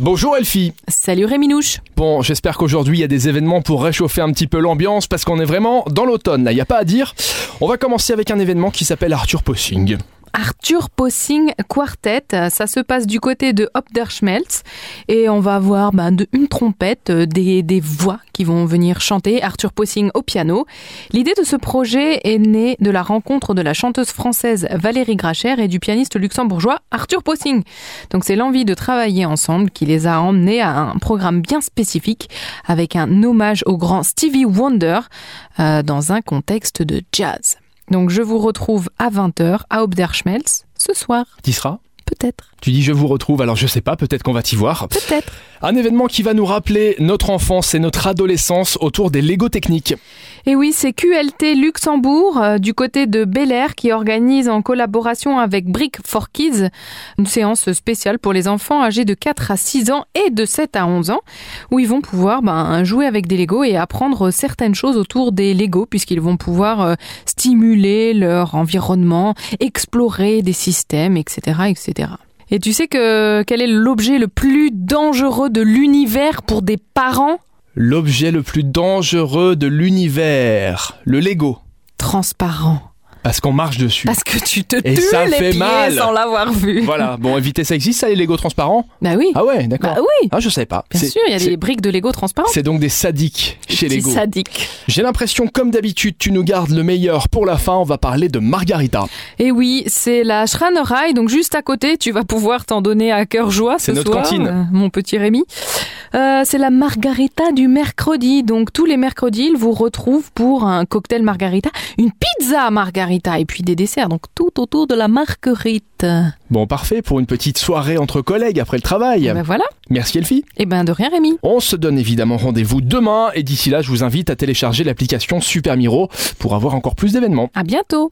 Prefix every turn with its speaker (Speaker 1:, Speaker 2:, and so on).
Speaker 1: Bonjour Elfie
Speaker 2: Salut Réminouche
Speaker 1: Bon, j'espère qu'aujourd'hui il y a des événements pour réchauffer un petit peu l'ambiance parce qu'on est vraiment dans l'automne, là, il n'y a pas à dire. On va commencer avec un événement qui s'appelle Arthur Possing.
Speaker 2: Arthur Possing Quartet, ça se passe du côté de Hop der Schmelz et on va avoir ben, de- une trompette, euh, des, des voix qui vont venir chanter, Arthur Possing au piano. L'idée de ce projet est née de la rencontre de la chanteuse française Valérie Gracher et du pianiste luxembourgeois Arthur Possing. Donc c'est l'envie de travailler ensemble qui les a emmenés à un programme bien spécifique avec un hommage au grand Stevie Wonder euh, dans un contexte de jazz. Donc je vous retrouve à 20h à Obderschmelz ce soir,
Speaker 1: Qui sera
Speaker 2: peut-être,
Speaker 1: Tu dis je vous retrouve, alors je sais pas, peut-être qu'on va t'y voir.
Speaker 2: peut-être.
Speaker 1: Un événement qui va nous rappeler notre enfance et notre adolescence autour des Lego techniques.
Speaker 2: Et oui, c'est QLT Luxembourg euh, du côté de Bel Air qui organise en collaboration avec Brick for Kids une séance spéciale pour les enfants âgés de 4 à 6 ans et de 7 à 11 ans où ils vont pouvoir ben, jouer avec des Lego et apprendre certaines choses autour des Lego puisqu'ils vont pouvoir euh, stimuler leur environnement, explorer des systèmes, etc. etc. Et tu sais que quel est l'objet le plus dangereux de l'univers pour des parents
Speaker 1: L'objet le plus dangereux de l'univers, le Lego,
Speaker 2: Transparent.
Speaker 1: parce qu'on marche dessus.
Speaker 2: Parce que tu te
Speaker 1: Et
Speaker 2: tues
Speaker 1: ça
Speaker 2: les
Speaker 1: fait
Speaker 2: pieds
Speaker 1: mal.
Speaker 2: sans l'avoir vu.
Speaker 1: Voilà, bon, éviter ça existe ça les Lego transparents
Speaker 2: Bah oui.
Speaker 1: Ah ouais, d'accord.
Speaker 2: bah oui.
Speaker 1: Ah, je savais pas.
Speaker 2: Bien
Speaker 1: C'est-
Speaker 2: sûr, il y a des
Speaker 1: c'est-
Speaker 2: briques de Lego transparentes.
Speaker 1: C'est donc des sadiques chez
Speaker 2: C'est
Speaker 1: Lego.
Speaker 2: sadique.
Speaker 1: J'ai l'impression, comme d'habitude, tu nous gardes le meilleur pour la fin. On va parler de Margarita.
Speaker 2: Et oui, c'est la Schranerei, donc juste à côté, tu vas pouvoir t'en donner à cœur joie ce
Speaker 1: C'est notre
Speaker 2: soir,
Speaker 1: cantine.
Speaker 2: euh, mon petit Rémi. Euh, c'est la margarita du mercredi, donc tous les mercredis, ils vous retrouvent pour un cocktail margarita, une pizza margarita et puis des desserts, donc tout autour de la marguerite.
Speaker 1: Bon, parfait pour une petite soirée entre collègues après le travail.
Speaker 2: Et ben voilà,
Speaker 1: Merci Elfie.
Speaker 2: et ben de rien Rémi.
Speaker 1: On se donne évidemment rendez-vous demain et d'ici là, je vous invite à télécharger l'application Super Miro pour avoir encore plus d'événements.
Speaker 2: À bientôt.